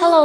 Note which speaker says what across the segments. Speaker 1: Hello，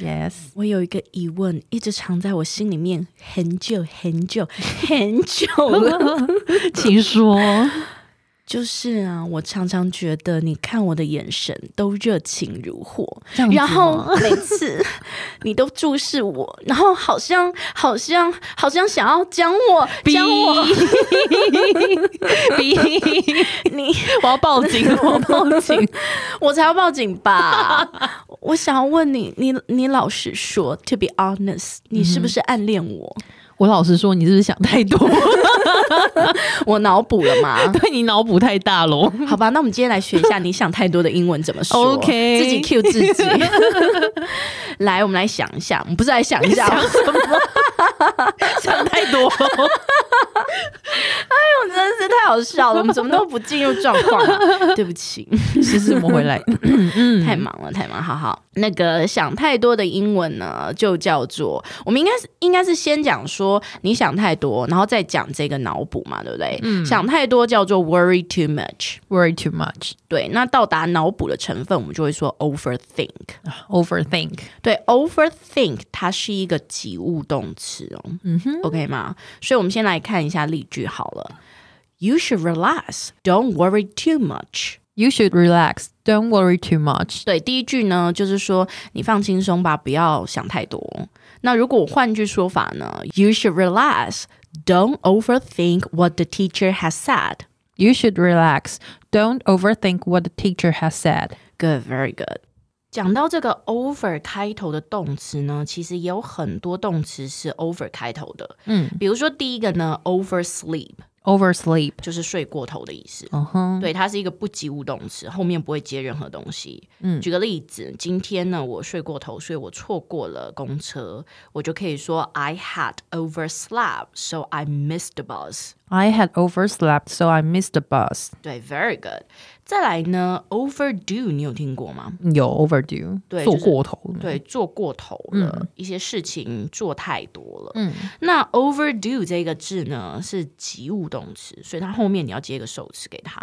Speaker 2: Yes，
Speaker 1: 我有一个疑问，一直藏在我心里面很久很久 很久了。
Speaker 2: 请说。
Speaker 1: 就是啊，我常常觉得你看我的眼神都热情如火
Speaker 2: 这样，子吗
Speaker 1: 然后 每次 你都注视我，然后好像好像好像想要将我将我
Speaker 2: 逼，
Speaker 1: 你，
Speaker 2: 我要报 警，我要报警。
Speaker 1: 我才要报警 吧。我想要问你，你你老实说，To be honest，你是不
Speaker 2: 嗯
Speaker 1: 是暗恋我？
Speaker 2: 我老实说，你是不是想太多？
Speaker 1: 我脑补了吗？
Speaker 2: 对你脑补太大了。
Speaker 1: 好吧，那我们今天来学一下你想太多的英文怎么说
Speaker 2: OK
Speaker 1: 自己 Q 自己。 来，我们来想一下，我们不是来想一下，
Speaker 2: 什么？想太多。
Speaker 1: 真的是太好笑了，我们怎么都不进入状况啊、对不 起，
Speaker 2: 其实我们回来，
Speaker 1: 太忙了，太忙。好好，那个想太多的英文呢，就叫做我们应该是应该是先讲说你想太多，然后再讲这个脑补嘛，对不对？想太多叫做 worry too much。
Speaker 2: worry too much,
Speaker 1: 对，那到达脑补的成分，我们就会说 overthink。
Speaker 2: overthink。
Speaker 1: 对，overthink 它是一个及物动词哦，嗯哼，OK 吗？所以我们先来看一下例句好了。You should relax, don't worry too much。
Speaker 2: You should relax. Don't worry too much.
Speaker 1: 对，第一句呢就是说你放轻松吧，不要想太多。那如果我换句说法呢，You should relax, don't overthink what the teacher has said。
Speaker 2: You should relax. Don't overthink what the teacher has said.
Speaker 1: Good, very good. 讲到这个 over 开头的动词呢，其实也有很多动词是 over 开头的。嗯，比如说第一个呢，oversleep
Speaker 2: Oversleep.
Speaker 1: 就是睡过头的意思。
Speaker 2: 嗯哼，
Speaker 1: 对，它是一个不及物动词，后面不会接任何东西。嗯，举个例子，今天呢我睡过头，所以我错过了公车，我就可以说 I had overslept, so I missed the bus。
Speaker 2: I had overslept, so I missed the bus.
Speaker 1: 对，very good。再来呢，overdue 你有听过吗？
Speaker 2: 有 overdue，
Speaker 1: 对
Speaker 2: 做
Speaker 1: 就是
Speaker 2: 过头。
Speaker 1: 对，做过头了，一些事情做太多了。嗯，那 overdue 这个字呢是及物动词，所以它后面你要接一个受词给它。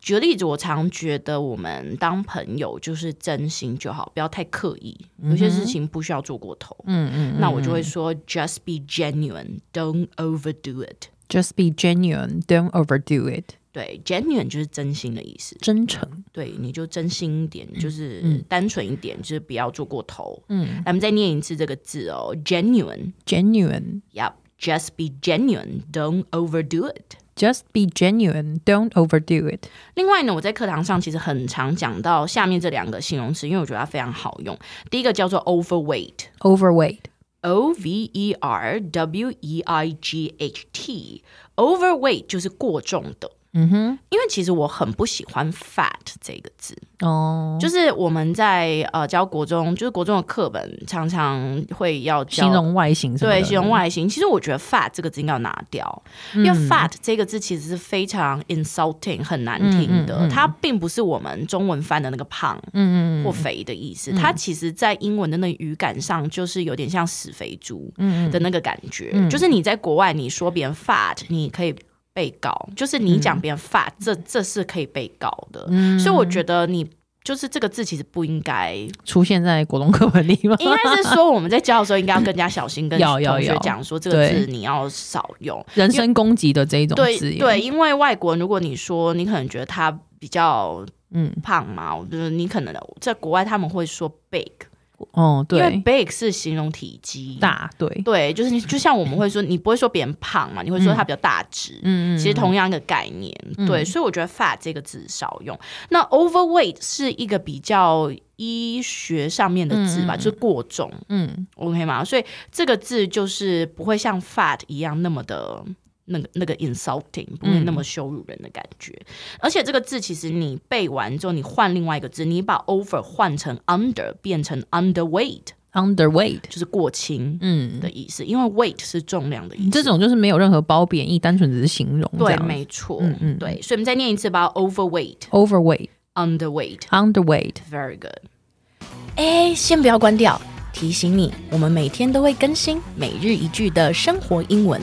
Speaker 1: 举个例子，我常觉得我们当朋友就是真心就好，不要太刻意，有些事情不需要做过头。嗯嗯那我就会说 just be genuine, don't overdo it。
Speaker 2: Just be genuine, don't overdo it.
Speaker 1: 对，genuine 就是真心的意思。
Speaker 2: 真诚，
Speaker 1: 对，你就真心一点，就是单纯一点，就是不要做过头。嗯，咱们再念一次这个字哦，genuine。
Speaker 2: genuine.
Speaker 1: Yep. Just be genuine. Don't overdo it.
Speaker 2: Just be genuine, don't overdo it.
Speaker 1: 另外呢，我在课堂上其实很常讲到下面这两个形容词，因为我觉得它非常好用。第一个叫做 overweight。
Speaker 2: Overweight.
Speaker 1: O V E R W E I G H T，overweight 就是过重的。嗯哼，因为其实我很不喜欢 fat 这个字，
Speaker 2: 哦，
Speaker 1: 就是我们在呃教国中，就是国中的课本常常会要教
Speaker 2: 形容外形什么的
Speaker 1: 对，形容外形。其实我觉得 fat 这个字应该要拿掉，因为 fat 这个字其实是非常 insulting 很难听的，它并不是我们中文翻的那个胖，嗯或肥的意思。它其实，在英文的那语感上，就是有点像死肥猪
Speaker 2: 嗯
Speaker 1: 的那个感觉。就是你在国外，你说别人 fat，你可以。被告就是你讲别人 fat，、这这是可以被告的，
Speaker 2: 嗯
Speaker 1: 所以我觉得你就是这个字其实不应该
Speaker 2: 出现在国中课本里吗？
Speaker 1: 应该是说我们在教的时候应该要更加小心，跟
Speaker 2: 要要
Speaker 1: 同学
Speaker 2: 要
Speaker 1: 讲说这个字
Speaker 2: 对
Speaker 1: 你要少用。
Speaker 2: 人身攻击的这一种
Speaker 1: 对
Speaker 2: 字眼，
Speaker 1: 对，因为外国人如果你说你可能觉得他比较
Speaker 2: 嗯
Speaker 1: 胖嘛，我觉得你可能在国外他们会说 big，
Speaker 2: 哦，
Speaker 1: 因为
Speaker 2: 对，
Speaker 1: big 是形容体积。
Speaker 2: 大对，
Speaker 1: 对，就是你，就像我们会说，你不会说别人胖嘛，你会说他比较大只。
Speaker 2: 嗯
Speaker 1: 其实同样一个概念，对，所以我觉得 fat 这个字少用。那 overweight 是一个比较医学上面的字吧，就是过重。
Speaker 2: 嗯
Speaker 1: OK 吗？所以这个字就是不会像 fat 一样那么的那个那个 insulting，不会那么羞辱人的感觉。而且这个字其实你背完之后，你换另外一个字，你把 over 换成 under，变成 underweight。
Speaker 2: underweight，
Speaker 1: 就是过轻
Speaker 2: 嗯，
Speaker 1: 的意思，因为 weight 是重量的意思。
Speaker 2: 这种就是没有任何褒贬义，单纯只是形容这
Speaker 1: 对，
Speaker 2: 样
Speaker 1: 没错，
Speaker 2: 嗯嗯
Speaker 1: 对，所以我们再念一次吧，overweight、
Speaker 2: overweight、
Speaker 1: underweight。
Speaker 2: underweight。
Speaker 1: Very good。哎，先不要关掉，提醒你，我们每天都会更新每日一句的生活英文，